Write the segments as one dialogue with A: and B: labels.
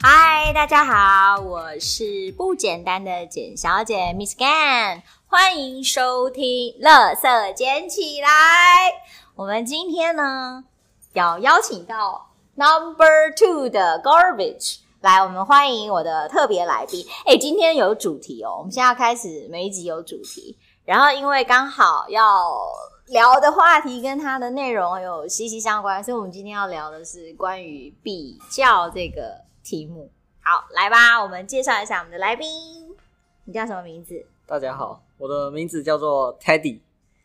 A: 嗨，大家好，我是不简单的简小姐 Miss Gan，欢迎收听《乐色捡起来》。我们今天呢，要邀请到 Number Two 的 Garbage 来，我们欢迎我的特别来宾。哎，今天有主题哦，我们现在要开始每一集有主题，然后因为刚好要聊的话题跟它的内容有息息相关，所以我们今天要聊的是关于比较这个题目。好，来吧，我们介绍一下我们的来宾，你叫什么名字
B: 大家好，我的名字叫做 Teddy。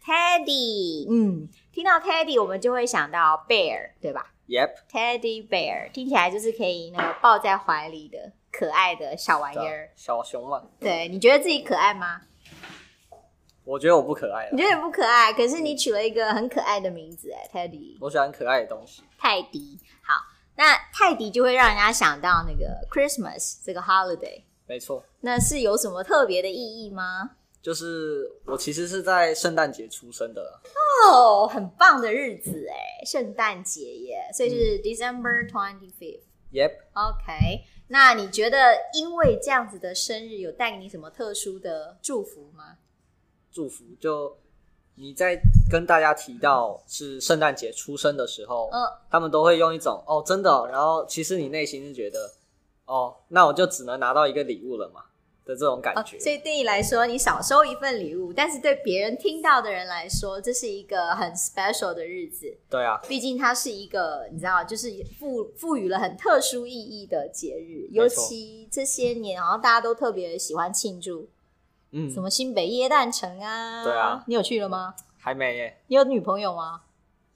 A: ？Teddy，嗯，听到 Teddy 我们就会想到 bear，对吧
B: Yep，
A: ？Teddy bear 听起来就是可以那个抱在怀里的可爱的小玩意儿。
B: 小熊嘛，
A: 对，你觉得自己可爱吗？
B: 我觉得我不可爱
A: 你
B: 了，
A: 觉得你不可爱，可是你取了一个很可爱的名字哎，Teddy
B: 我喜欢可爱的东西。
A: 泰迪。好，那泰迪就会让人家想到那个 Christmas 这个 holiday，
B: 没错，
A: 那是有什么特别的意义吗？
B: 就是我其实是在圣诞节出生的啦，
A: 哦，很棒的日子哎，圣诞节耶，所以
B: 嗯
A: 是 December twenty fifth。
B: Yep，
A: OK，那你觉得因为这样子的生日有带给你什么特殊的祝福吗？
B: 祝福就你在跟大家提到是圣诞节出生的时候，
A: 嗯、
B: 他们都会用一种哦真的哦、然后其实你内心是觉得哦，那我就只能拿到一个礼物了嘛的这种感
A: 哦，
B: 觉。
A: 所以对你来说，你少收一份礼物，但是对别人听到的人来说，这是一个很 special 的日子。
B: 对啊，
A: 毕竟它是一个，你知道，就是赋赋予了很特殊意义的节日，尤
B: 没错
A: 其这些年，好像大家都特别喜欢庆祝，
B: 嗯
A: 什，么新北耶诞城啊，
B: 对啊，
A: 你有去了吗？
B: 还没耶。
A: 你有女朋友吗？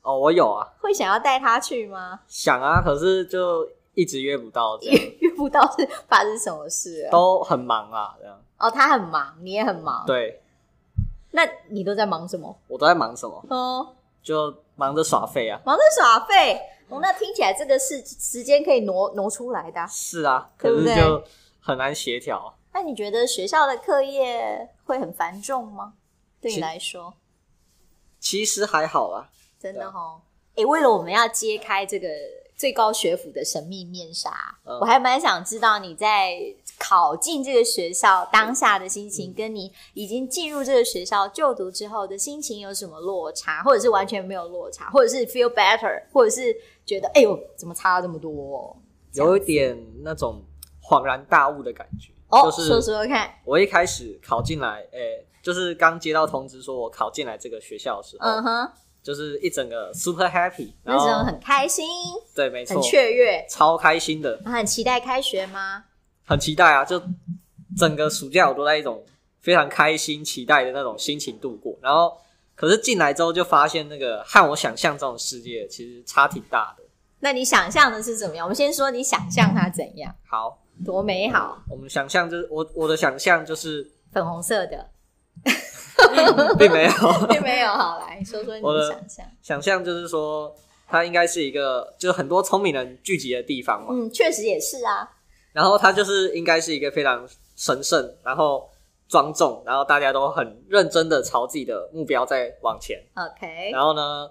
B: 哦，我有啊，
A: 会想要带她去吗？
B: 想啊，可是就一直约不到这
A: 约
B: 样。
A: 约不到是发生什么事了？
B: 都很忙啊，这样。
A: 哦，她很忙，你也很忙，，
B: 对
A: 那你都在忙什么？
B: 我都在忙什么？
A: 哦，
B: 就忙着耍废啊。
A: 忙着耍废。哦，那听起来这个是时间可以挪挪出来的啊、
B: 是啊，可
A: 对不
B: 是
A: 对
B: 就很难协调。啊
A: 那你觉得学校的课业会很繁重吗？对你
B: 其
A: 来说，
B: 其实还好啊，
A: 真
B: 对
A: 的
B: 啊
A: 哦。诶，为了我们要揭开这个最高学府的神秘面纱，
B: 嗯
A: 我还蛮想知道你在考进这个学校当下的心
B: 嗯
A: 情，跟你已经进入这个学校就读之后的心情有什么落差，或者是完全没有落差，或者是 feel better，或者是觉得哎呦怎么差了这么多哦、这样
B: 有一点那种恍然大悟的感觉。
A: 哦，
B: 就
A: 说
B: 是
A: 说看，
B: 我一开始考进来，诶、就是刚接到通知说我考进来这个学校的时候，
A: 嗯哼，
B: 就是一整个 super happy，
A: 那
B: 然
A: 时候
B: 后
A: 很开心，
B: 对，没错
A: 很，雀跃，
B: 超开心的，
A: 然后很期待开学吗？
B: 很期待啊！就整个暑假我都在一种非常开心、期待的那种心情度过。然后，可是进来之后就发现，那个和我想象中的世界其实差挺大的。
A: 那你想象的是怎么样？我们先说你想象它怎样，
B: 好，
A: 多美好，
B: 我们想象就是我我的想象就是
A: 粉红色的，
B: 并没有
A: 并没有好来说说你
B: 我
A: 的
B: 的
A: 想象。
B: 想象，就是说它应该是一个就是很多聪明人聚集的地方嘛。
A: 嗯，确实也是啊，
B: 然后它就是应该是一个非常神圣，然后庄重，然后大家都很认真的朝自己的目标在往前。
A: OK，
B: 然后呢，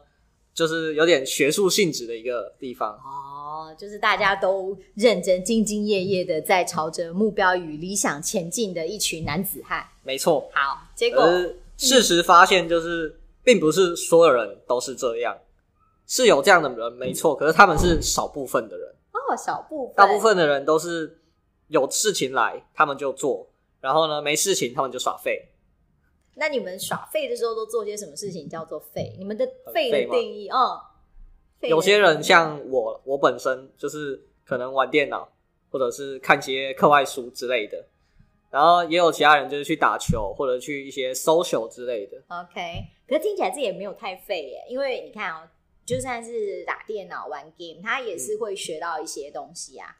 B: 就是有点学术性质的一个地方。
A: 哦，就是大家都认真、兢兢业业的在朝着目标与理想前进的一群男子汉。
B: 没错，
A: 好，结果
B: 可是事实发现就是，并不是所有人都是这样，是有这样的人没错，可是他们是少部分的人，
A: 哦，小部分，
B: 大部分的人都是有事情来他们就做，然后呢没事情他们就耍废。
A: 那你们耍废的时候都做些什么事情叫做废？你们的
B: 很
A: 废
B: 呃废
A: 的
B: 吗
A: 定义，嗯，废的
B: 有些
A: 定
B: 人
A: 义
B: 像我，我本身就是可能玩电脑，或者是看些课外书之类的，然后也有其他人就是去打球或者去一些 social 之类的。
A: OK，可是听起来这也没有太废耶，因为你看哦，就算是打电脑玩 game，他也是会学到一些东西啊，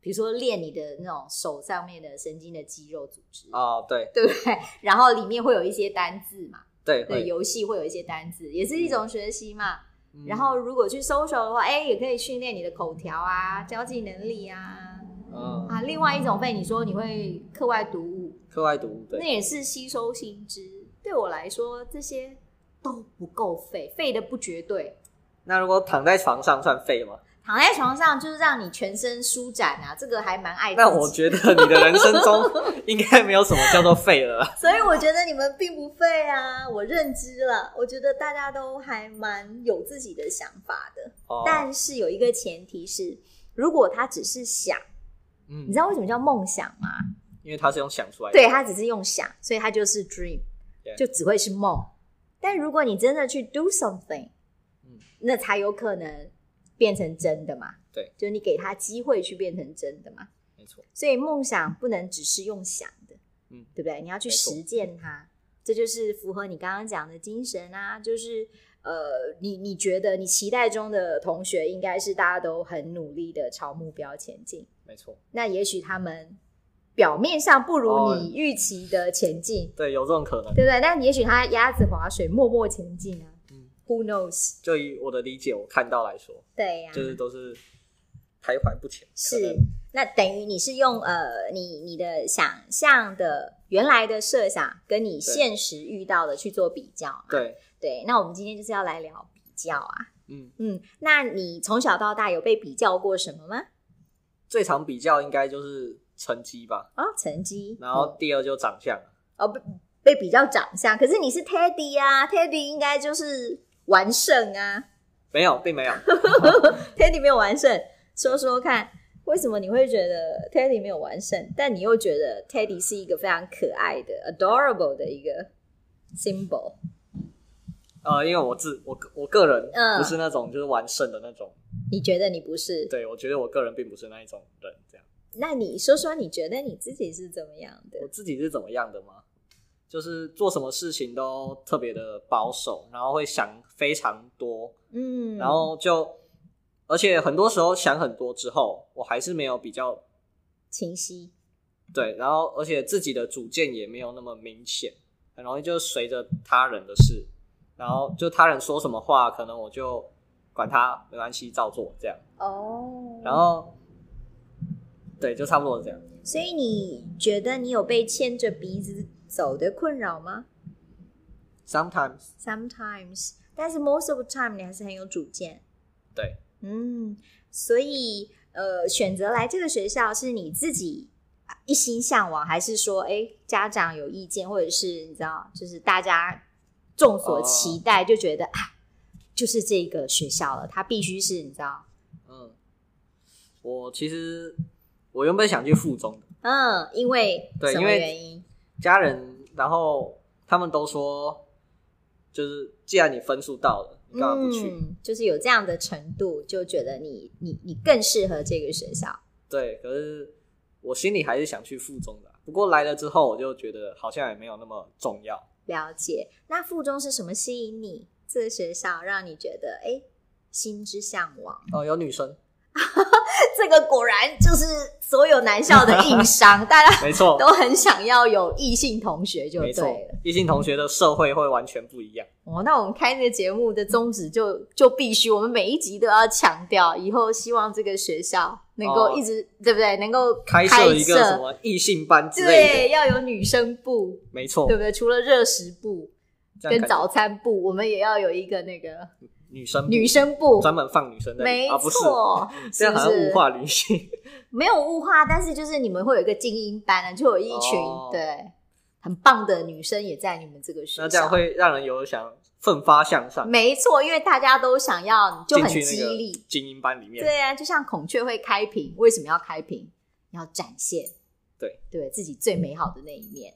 A: 比如说练你的那种手上面的神经的肌肉组织。
B: 哦，对
A: 对不对？然后里面会有一些单字嘛，
B: 对
A: 对，
B: 会
A: 游戏会有一些单字，也是一种学习嘛。
B: 嗯
A: 然后如果去 social 的话，哎，也可以训练你的口条啊、交际能力啊，
B: 嗯，
A: 啊，另外一种费，你说你会课外读物，
B: 课外读物
A: 那
B: 对，
A: 也是吸收新知。对我来说，这些都不够费，费的不绝对。
B: 那如果躺在床上算废吗？
A: 躺在床上就是让你全身舒展啊，这个还蛮爱自己。
B: 那我觉得你的人生中应该没有什么叫做废 了啦。
A: 所以我觉得你们并不废啊，我认知了，我觉得大家都还蛮有自己的想法的。
B: 哦，
A: 但是有一个前提是，如果他只是想，
B: 嗯
A: 你知，道为什么叫梦想吗？
B: 因为他是用想出来的，
A: 对，他只是用想，所以他就是 dream，
B: Yeah
A: 就只会是梦。但如果你真的去 do something，
B: 嗯
A: 那才有可能变成真的嘛。
B: 对，
A: 就你给他机会去变成真的嘛。
B: 没错，
A: 所以梦想不能只是用想的，
B: 嗯
A: 对不对？你要去
B: 没错
A: 实践它，这就是符合你刚刚讲的精神啊。就是呃，你你觉得你期待中的同学应该是大家都很努力的朝目标前进，
B: 没错，
A: 那也许他们表面上不如
B: 哦
A: 你预期的前进，
B: 对，有这种可能。
A: 对不对？但也许他鸭子划水，默默前进啊。
B: 嗯
A: Who knows？
B: 就以我的理解，我看到来说，
A: 对呀、
B: 就是都是徘徊不前，可
A: 嗯是
B: 能，
A: 那等于你是用呃你你的想象的原来的设想跟你现实遇到的去做比较、啊。
B: 对，
A: 对，那我们今天就是要来聊比较啊。
B: 嗯，
A: 嗯，那你从小到大有被比较过什么吗？
B: 最常比较应该就是成绩吧，
A: 哦，成绩，
B: 然后第二就长相，
A: 哦被被比较长相，可是你是 Teddy 啊，Teddy 应该就是完胜啊
B: 没有，并没 有，
A: ，Teddy 没有完胜，说说看。为什么你会觉得 Teddy 没有完胜，但你又觉得 Teddy 是一个非常可爱的、adorable 的一个 symbol？
B: 呃，因为我自我个我个人
A: 嗯
B: 不是那种就是完胜的那种，
A: 你觉得你不是？
B: 对我觉得我个人并不是那一种人，这样，
A: 那你说说你觉得你自己是怎么样
B: 我
A: 的？
B: 自己是怎么样的吗？就是做什么事情都特别的保守，然后会想非常多，
A: 嗯，
B: 然后就，而且很多时候想很多之后，我还是没有比较
A: 清晰，
B: 对，然后而且自己的主见也没有那么明显，很容易就随着他人的事，然后就他人说什么话，可能我就管他，没关系，照做这样。
A: 哦，
B: 然后，对，就差不多是这样。
A: 所以你觉得你有被牵着鼻子走的困扰吗
B: Sometimes，
A: ？Sometimes，但是 most of the time 你还是很有主见。
B: 对，
A: 嗯，所以呃，选择来这个学校是你自己一心向往，还是说，哎，家长有意见，或者是你知道，就是大家众
B: 哦
A: 所期待，就觉得啊，就是这个学校了，它必须是你知道，
B: 嗯，我其实我原本想去附中的，
A: 嗯，因为
B: 对
A: 什
B: 因
A: 么
B: 为
A: 原因？
B: 家人，然后他们都说，就是既然你分数到了，你干嘛不去？
A: 嗯，就是有这样的程度，就觉得你你你更适合这个学校。
B: 对，可是我心里还是想去附中的啊。不过来了之后，我就觉得好像也没有那么重要。
A: 了解，那附中是什么吸引你？这个学校让你觉得哎，心之向往。
B: 哦，有女生，
A: 这个果然就是所有男校的硬伤， 大家
B: 没错，
A: 都很想要有异性同学就
B: 没
A: 对
B: 错
A: 了。，
B: 异性同学的社会会完全不一样。
A: 哦，那我们开这个节目的宗旨就就必须，我们每一集都要强调，以后希望这个学校能够
B: 哦
A: 一直、对不对？能够
B: 开
A: 设
B: 设一个什么异性班之类
A: 对，
B: 的，
A: 要有女生部，
B: 没错
A: 对，不对？除了热食部
B: 这样
A: 跟
B: 感觉
A: 早餐部，我们也要有一个那个
B: 嗯女生
A: 女生部。
B: 专门放女生的，
A: 没
B: 啊，不是，
A: 错，
B: 这样
A: 是
B: 好
A: 不
B: 像
A: 是
B: 物化女性。
A: 没有物化，但是就是你们会有一个精英班啊，就有一群、
B: 哦
A: 对很棒的女生也在你们这个学校。
B: 那这样会让人有想奋发向上，
A: 没错，因为大家都想要，嗯就
B: 进
A: 很
B: 去
A: 激
B: 那个
A: 励。
B: 精英班里面。
A: 对啊，就像孔雀会开屏，为什么要开屏？要展现
B: 对
A: 对自己最美好的那一面，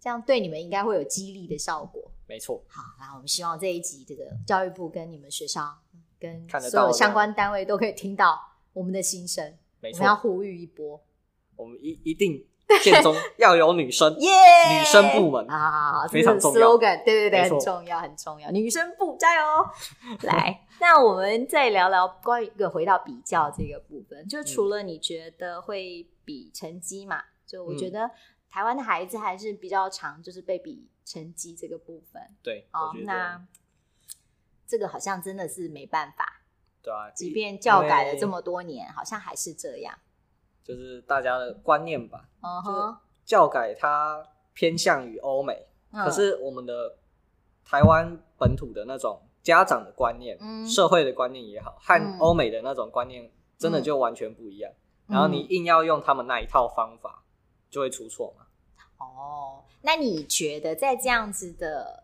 A: 这样对你们应该会有激励的效果。
B: 没错，
A: 好，然后我们希望这一集这个教育部跟你们学校跟
B: 看得
A: 所有
B: 到
A: 相关单位都可以听到我们的心声，
B: 没
A: 我们要
B: 错，
A: 呼吁一波。
B: 我们一一定 建中要有女生，
A: 耶
B: 女生部门
A: 啊，
B: 非常
A: 这个
B: 重要
A: slogan，对对对，
B: 没
A: 很
B: 错
A: 重要，很重要。女生部加油！ 来，那我们再聊聊关于一呃个回到比较这个部分，
B: 嗯
A: 就除了你觉得会比成绩嘛，就我觉
B: 嗯
A: 得台湾的孩子还是比较常就是被比成绩这个部分
B: 对，
A: 哦
B: 我觉，得
A: 那这个好像真的是没办法，
B: 对啊，
A: 即便教改了
B: 因为
A: 这么多年，好像还是这样。
B: 就是大家的观念吧。
A: 嗯哼，
B: 教改它偏向于欧美，
A: 嗯
B: 可是我们的台湾本土的那种家长的观念、
A: 嗯
B: 社会的观念也
A: 嗯
B: 好，
A: 嗯
B: 和欧美的那种观念真的就完全不一样。然后你硬要用他们那一套方法，就会出错嘛。
A: 哦，那你觉得在这样子的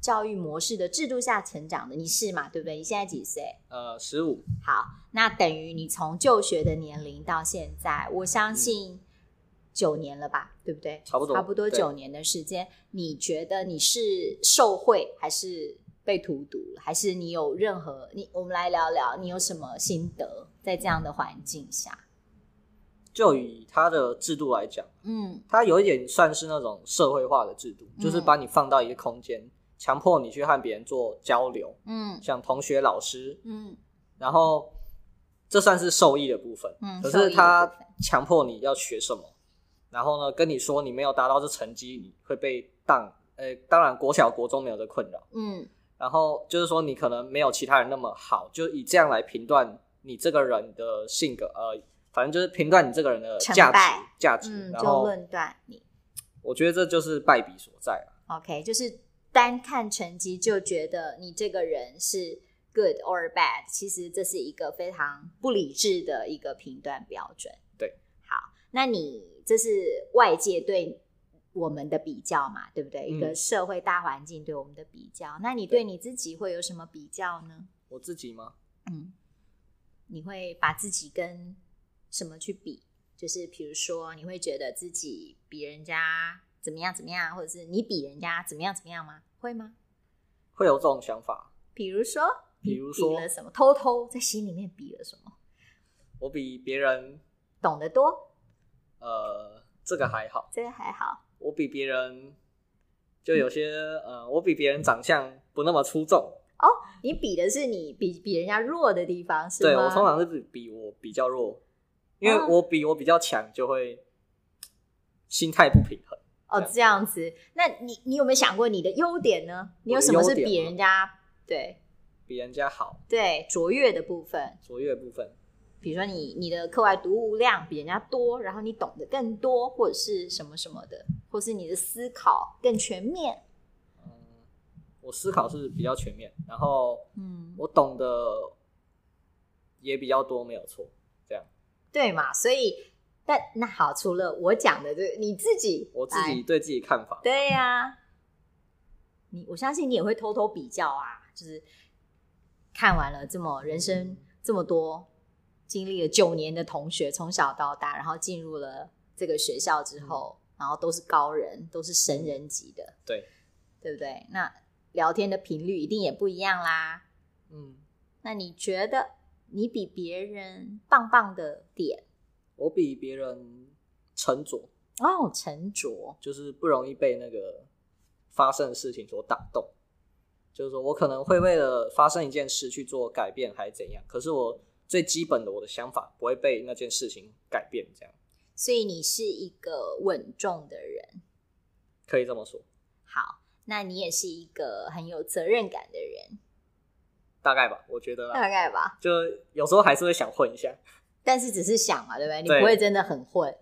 A: 教育模式的制度下成长的，你是嘛？对不对？你现在几岁？
B: 呃，十五
A: 好，那等于你从就学的年龄到现在，我相信九年了吧，对不对？
B: 嗯差不多
A: 差不多
B: 对
A: 九年的时间。你觉得你是受贿，还是被荼毒，还是你有任何你？我们来聊聊，你有什么心得在这样的环境下？
B: 就以他的制度来讲，
A: 嗯
B: 它有一点算是那种社会化的制度，
A: 嗯
B: 就是把你放到一个空间，强迫你去和别人做交流，
A: 嗯
B: 像同学、老师，
A: 嗯
B: 然后这算是受益的部分。
A: 嗯
B: 可
A: 受益
B: 是
A: 的部
B: 他
A: 分
B: 强迫你要学什么，然后呢跟你说你没有达到这成绩，你会被当。呃，当然国小、国中没有这困扰，
A: 嗯
B: 然后就是说你可能没有其他人那么好，就以这样来评断你这个人的性格，呃，反正就是评断你这个人的
A: 成
B: 价值
A: 败、
B: 价值。
A: 嗯，
B: 然
A: 就
B: 后
A: 论断你。
B: 我觉得这就是败笔所在啊。
A: OK，就是单看成绩就觉得你这个人是 good or bad，其实这是一个非常不理智的一个评断标准。
B: 对，
A: 好，那你这是外界对我们的比较嘛，对不对？
B: 嗯
A: 一个社会大环境对我们的比较，那你对你自己会有什么比较呢？
B: 我自己吗？
A: 嗯，你会把自己跟什么去比？就是比如说，你会觉得自己比人家怎么样怎么样，或者是你比人家怎么样怎么样吗？会吗？
B: 会有这种想法。
A: 比如说，
B: 比如说
A: 比了什么？偷偷在心里面比了什么？
B: 我比别人，
A: 懂得多，
B: 呃，这个还好。
A: 这个还好。
B: 我比别人，就有些，呃，我比别人长相不那么出众。
A: 你比的是你比比人家弱的地方，是吗？
B: 对我通常是比比我比较弱，因为
A: 哦
B: 我比我比较强，就会心态不平衡。
A: 哦
B: 对
A: 这样子。那你你有没有想过你的优点呢？你有
B: 我的
A: 什么
B: 优
A: 是
B: 点
A: 比
B: 吗
A: 人家对
B: 比人家好，
A: 对卓越的部分？
B: 卓越的部分，
A: 比如说你你的课外读物量比人家多，然后你懂得更多，或者是什么什么的，或是你的思考更全面。
B: 嗯，我思考是比较全面，然后
A: 嗯，
B: 我懂得也比较多，没有错。这样，
A: 对嘛？所以，但那好，除了我讲的这，你自己，
B: 我自己
A: 来，
B: 对自己看法，
A: 对呀、你我相信你也会偷偷比较啊，就是看完了这么人生这么多，经历了九年的同学，从小到大，然后进入了这个学校之后，然后都是高人，都是神人级的，
B: 对，
A: 对不对？那聊天的频率一定也不一样啦。
B: 嗯。
A: 那你觉得你比别人棒棒的点
B: 我比别人沉着，
A: 哦，沉着，
B: 就是不容易被那个发生的事情所打动。就是说我可能会为了发生一件事去做改变，还是怎样，可是我最基本的我的想法不会被那件事情改变，这样
A: 所以你是一个稳重的人。
B: 可以这么说，
A: 好，那你也是一个很有责任感的人，
B: 大概吧，我觉得啦
A: 大概吧。
B: 就有时候还是会想混一下，
A: 但是只是想嘛，对不对？你
B: 对
A: 不会真的很混。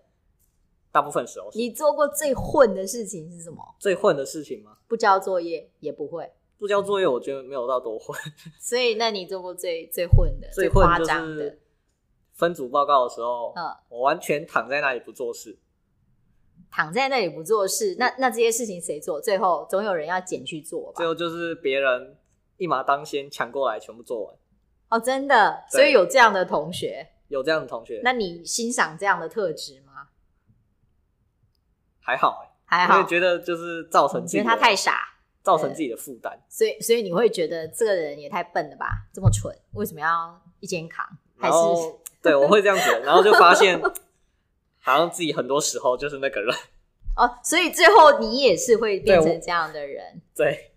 B: 大部分时候是
A: 你做过最混的事情是什么？
B: 最混的事情嘛，
A: 不交作业也不会。
B: 不交作业我觉得没有到 多混，
A: 所以，那你做过最最混的、
B: 最混
A: 夸
B: 就
A: 张的
B: 是，分组报告的时候，
A: 嗯，
B: 我完全躺在那里不做事，
A: 躺在那里不做事，那那这些事情谁做？最后总有人要捡去做吧
B: 最？后就是别人一马当先抢过来，全部做完。
A: 哦，真的，
B: 对
A: 所以有这样的同学，
B: 有这样的同学，
A: 那你欣赏这样的特质吗？
B: 还好、欸，
A: 还
B: 因
A: 好，
B: 为觉得就是造成自
A: 觉
B: 己
A: 得
B: 的
A: 他太傻，
B: 造成自己的负担，
A: 所以所以你会觉得这个人也太笨了吧？这么蠢，为什么要一肩扛？还
B: 然
A: 是
B: 后对我会这样觉得，然后就发现 好像自己很多时候就是那个人，
A: 哦，所以最后你也是会变
B: 对
A: 成
B: 我
A: 这样的人
B: 对，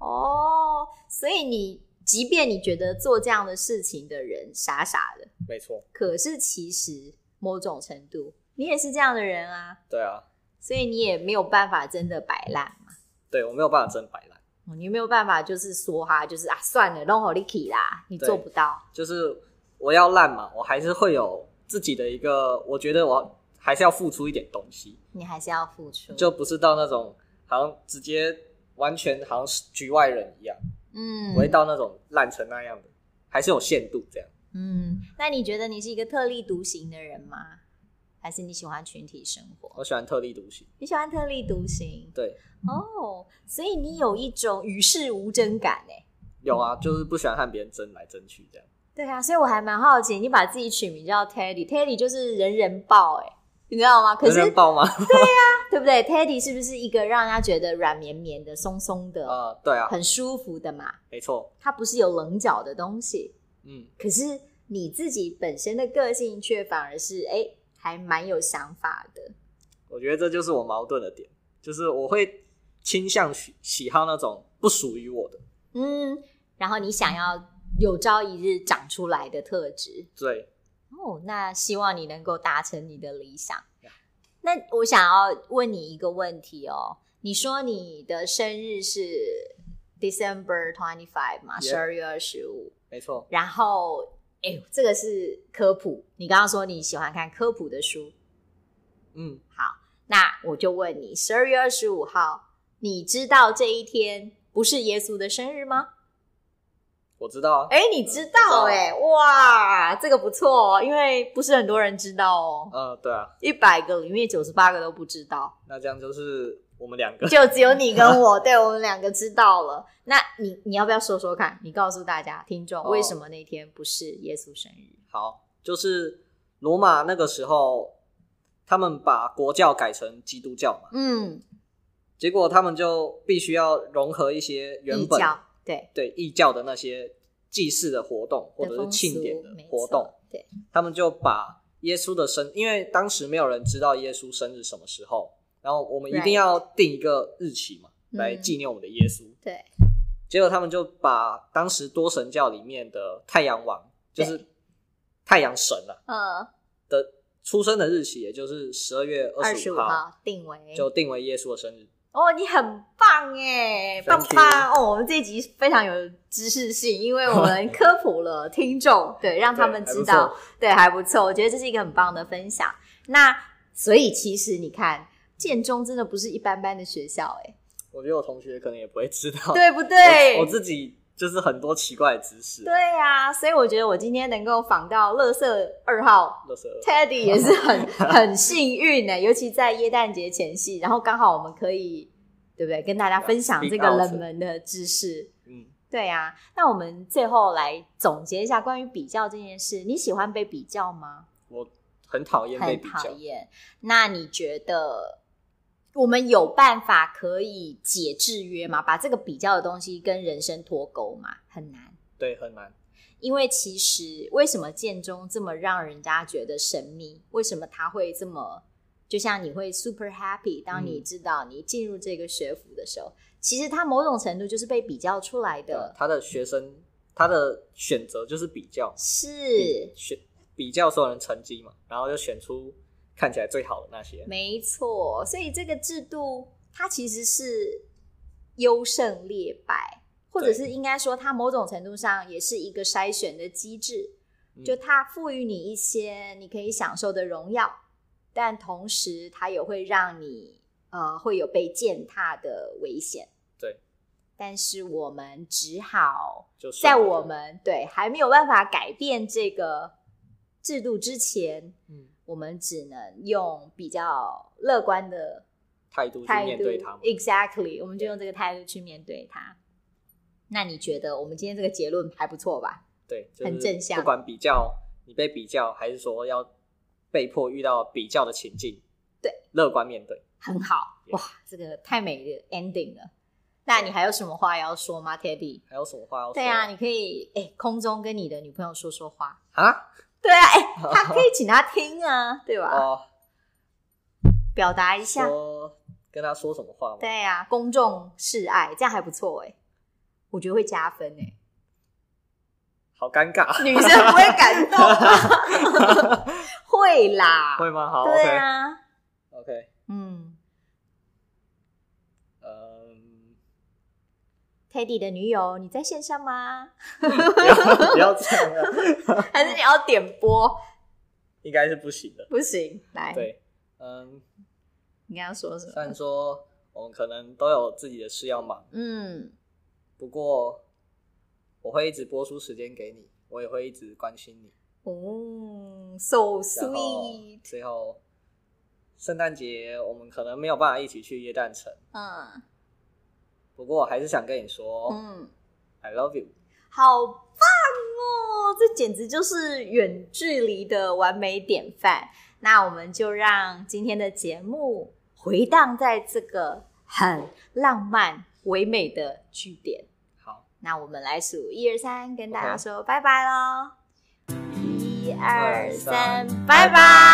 A: 哦。所以你即便你觉得做这样的事情的人傻傻的，
B: 没错，
A: 可是其实某种程度你也是这样的人啊，
B: 对啊，
A: 所以你也没有办法真的摆烂嘛，
B: 对我没有办法真摆烂，
A: 哦你没有办法就是说哈，就是啊算了，弄好你起啦，你
B: 对
A: 做不到，
B: 就是我要烂嘛，我还是会有自己的一个，我觉得我还是要付出一点东西，
A: 你还是要付出。
B: 就不是到那种好像直接完全好像是局外人一样，
A: 嗯
B: 不会到那种烂成那样的，还是有限度这样。
A: 嗯，那你觉得你是一个特立独行的人吗？还是你喜欢群体生活？
B: 我喜欢特立独行，
A: 你喜欢特立独行
B: 对，
A: 哦，所以你有一种与世无争感哎。
B: 有啊，就是不喜欢和别人争来争去这样。
A: 对啊，所以我还蛮好奇，你把自己取名叫 Teddy，Teddy 就是人人抱哎、你知道吗？可
B: 能
A: 是
B: 人爆吗？
A: 对不对？Teddy 是不是一个让人家觉得软绵绵的、松松的、
B: 啊，对啊，
A: 很舒服的嘛？
B: 没错，
A: 它不是有棱角的东西。
B: 嗯，
A: 可是你自己本身的个性却反而是哎、还蛮有想法的。
B: 我觉得这就是我矛盾的点，就是我会倾向喜喜好那种不属于我的，
A: 嗯，然后你想要有朝一日长出来的特质
B: 对，
A: 哦，那希望你能够达成你的理想
B: Yeah.。
A: 那我想要问你一个问题哦，你说你的生日是 December twenty five 嘛，
B: Yeah.
A: 十二月二十五，
B: 没错，
A: 然后哎呦，这个是科普，你刚刚说你喜欢看科普的书，
B: 嗯，
A: 好，那我就问你，十二月二十五号，你知道这一天不是耶稣的生日吗？
B: 我知道啊，
A: 哎，你知道哎、哇，这个不错哦，因为不是很多人知道哦，
B: 呃，对啊，
A: 一百个里面九十八个都不知道，
B: 那这样就是我们两个，
A: 就只有你跟我，对我们两个知道了。 那你你要不要说说看？你告诉大家听众，
B: 哦
A: 为什么那天不是耶稣生日？
B: 好，就是罗马那个时候，他们把国教改成基督教嘛，
A: 嗯，
B: 结果他们就必须要融合一些原
A: 异
B: 本
A: 教对
B: 对异教的那些祭祀的活动或
A: 的
B: 者是
A: 风
B: 庆典
A: 俗
B: 的
A: 没
B: 活
A: 错
B: 动，
A: 对，
B: 他们就把耶稣的生，因为当时没有人知道耶稣生日什么时候，然后我们一
A: Right
B: 定要定一个日期嘛，
A: 嗯
B: 来纪念我们的耶稣。
A: 对，
B: 结果他们就把当时多神教里面的太阳王，就
A: 对
B: 是太阳神啊
A: 呃，
B: 的出生的日期，也就是十二月
A: 二
B: 二
A: 十
B: 十
A: 五
B: 五号，
A: 号定为
B: 就定为耶稣的生日。
A: 哦，你很棒哎，棒
B: Thank you
A: 棒哦！我们这一集非常有知识性，因为我 们科普了听众，对，让他们
B: 对
A: 知道
B: 还不，
A: 对，还不错。我觉得这是一个很棒的分享。那所以其实你看，建中真的不是一般般的学校哎，
B: 我觉得我同学可能也不会知道，
A: 对不
B: 我我
A: 对？
B: 自己就是很多奇怪的知识。
A: 对呀、所以我觉得我今天能够访到乐色二号
B: 乐色
A: Teddy 也是很很幸运呢、欸 尤其在耶诞节前夕，然后刚好我们可以对不对跟大家分享
B: Speak
A: 这个
B: out
A: 冷门的知识。
B: 嗯，
A: 对呀、那我们最后来总结一下关于比较这件事，你喜欢被比较吗？
B: 我很讨厌被
A: 很
B: 比
A: 讨
B: 较。
A: 厌。那你觉得我们有办法可以解制约吗？把这个比较的东西跟人生脱钩吗？很难。
B: 对，很难。
A: 因为其实为什么建中这么让人家觉得神秘？为什么他会这么？就像你会 super happy，当你知道你进入这个学府的时候，其实它某种程度就是被比较出来的。
B: 啊他的学生，他的选择就是比较，
A: 是，
B: 选比较所有人成绩嘛，然后就选出看起来最好的那些。
A: 没错，所以这个制度它其实是优胜劣败，或者
B: 对
A: 是应该说它某种程度上也是一个筛选的机制，
B: 嗯
A: 就它赋予你一些你可以享受的荣耀，但同时它也会让你呃会有被践踏的危险。
B: 对，
A: 但是我们只好
B: 就
A: 在
B: 顺着
A: 我们对还没有办法改变这个制度之前，
B: 嗯
A: 我们只能用比较乐观的
B: 态度去
A: 态
B: 面
A: 度
B: 对他们，
A: ，exactly，我们就用这个态度去面对它。那你觉得我们今天这个结论还不错吧？
B: 对，就
A: 很正
B: 是
A: 向
B: 不管比较，你被比较，还是说要被迫遇到比较的情境，
A: 对，
B: 乐观面对。
A: 很好
B: Yeah
A: 哇，这个太美的 ending 了。那你还有什么话要说吗，Teddy？
B: 还有什么话要说？
A: 对啊，你可以哎、空中跟你的女朋友说说话。
B: 啊，
A: 对啊，哎、他可以请她听啊，对吧？
B: 哦，
A: 表达一下。
B: 说跟他说什么话吗？
A: 对呀、公众示爱，这样还不错哎、我觉得会加分哎、
B: 好尴尬，
A: 女生不会感动吗？会啦，
B: 会吗？好
A: 对啊，
B: ，OK，OK，
A: 嗯
B: 嗯。
A: ，Teddy 的女友，你在线上 吗？
B: 不要不要这样啊，
A: 还是你要点播？
B: 应该是不行的。
A: 不行，来，
B: 对，哎嗯，
A: 你刚刚说什
B: 虽然
A: 么？
B: 说我们可能都有自己的事要忙，
A: 嗯，
B: 不过我会一直播出时间给你，我也会一直关心你。
A: 哦，so
B: 然后
A: sweet，
B: 最后，圣诞节我们可能没有办法一起去耶诞城，
A: 嗯
B: 不过我还是想跟你说、
A: 嗯，
B: i love you。
A: 好棒哦！这简直就是远距离的完美典范。那我们就让今天的节目回荡在这个很浪漫唯美的据点。
B: 好，
A: 那我们来数一二三，跟大家
B: OK
A: 说拜拜喽！一二
B: 二
A: 三
B: 三，
A: 拜
B: 拜
A: 拜。